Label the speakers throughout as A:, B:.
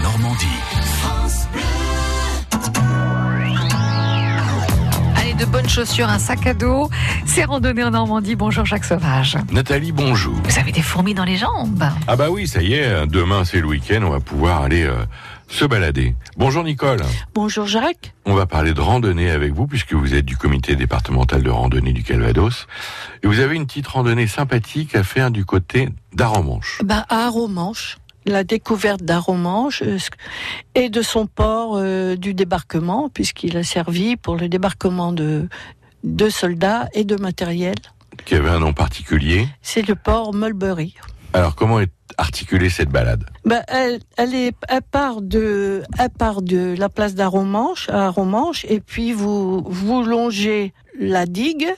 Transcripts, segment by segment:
A: Normandie.
B: Allez, de bonnes chaussures, un sac à dos. C'est randonnée en Normandie. Bonjour Jacques Sauvage.
C: Nathalie, bonjour.
B: Vous avez des fourmis dans les jambes.
C: Ah bah oui, ça y est, demain c'est le week-end, on va pouvoir aller euh, se balader. Bonjour Nicole,
D: Bonjour Jacques.
C: on va parler de randonnée avec vous puisque vous êtes du comité départemental de randonnée du Calvados. Et vous avez une petite randonnée sympathique à faire du côté d'Aromanche.
D: Bah, à Romanche, la découverte d'Aromanche euh, ce- et de son port euh, du débarquement, puisqu'il a servi pour le débarquement de, de soldats et de matériel.
C: qui avait un nom particulier.
D: C'est le port Mulberry.
C: Alors comment est articulée cette balade
D: Bah, elle, elle est à part de, à part de la place d'Aromanche à Romanche, et puis vous, vous longez la digue,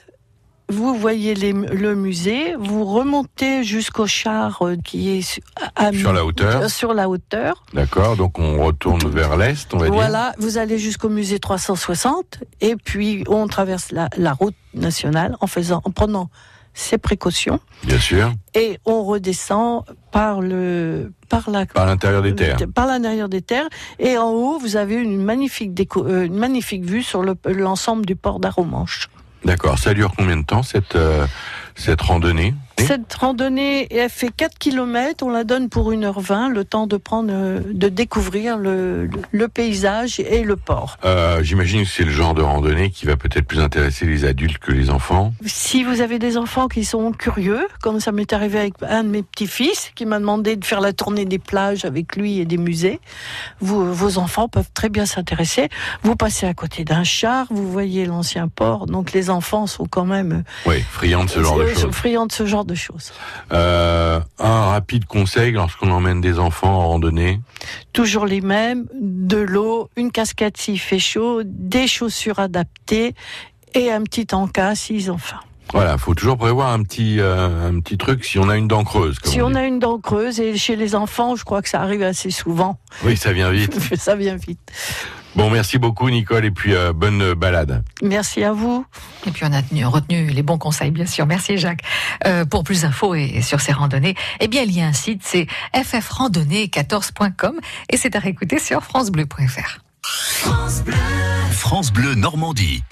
D: vous voyez les- le musée, vous remontez jusqu'au char euh, qui est su- à, à-
C: Sur la hauteur,
D: sur la hauteur.
C: d'accord, donc on retourne vers l'est, on va dire.
D: Voilà, vous allez jusqu'au musée 360 et puis on traverse la, la route nationale en faisant, en prenant ses précautions
C: Bien sûr,
D: et on redescend par le par la
C: par l'intérieur des terres.
D: par l'intérieur des terres et en haut vous avez une magnifique déco- euh, une magnifique vue sur le- l'ensemble du port d'Aromanche.
C: D'accord, ça dure combien de temps cette, euh, cette randonnée
D: Cette randonnée, elle fait 4 km, on la donne pour 1h20, le temps de prendre, euh, de découvrir le- le paysage et le port.
C: Euh, J'imagine que c'est le genre de randonnée qui va peut-être plus intéresser les adultes que les enfants.
D: Si vous avez des enfants qui sont curieux, comme ça m'est arrivé avec un de mes petits-fils qui m'a demandé de faire la tournée des plages avec lui et des musées, vous- vos enfants peuvent très bien s'intéresser. Vous passez à côté d'un char, vous voyez l'ancien port, donc les enfants sont quand même
C: Oui, friands de ce genre de
D: euh,
C: choses.
D: friands de ce genre de choses.
C: Euh, un rapide conseil lorsqu'on emmène des enfants en randonnée.
D: Toujours les mêmes, de l'eau, une casquette s'il fait chaud, des chaussures adaptées et un petit encas s'ils ont faim.
C: Voilà, faut toujours prévoir un petit euh, un petit truc si on a une dent creuse. Comme
D: Si
C: on
D: on
C: dit.
D: a une dent creuse, et chez les enfants, je crois que ça arrive assez souvent,
C: Oui, ça vient vite.
D: ça vient vite.
C: Bon, merci beaucoup Nicole et puis euh, bonne euh, balade.
D: Merci à vous.
B: Et puis on a tenu- retenu les bons conseils, bien sûr. Merci Jacques. Euh, pour plus d'infos et, et sur ces randonnées, eh bien il y a un site, c'est ffrandonnée14.com et c'est à réécouter sur francebleu.fr.
A: France Bleu Normandie.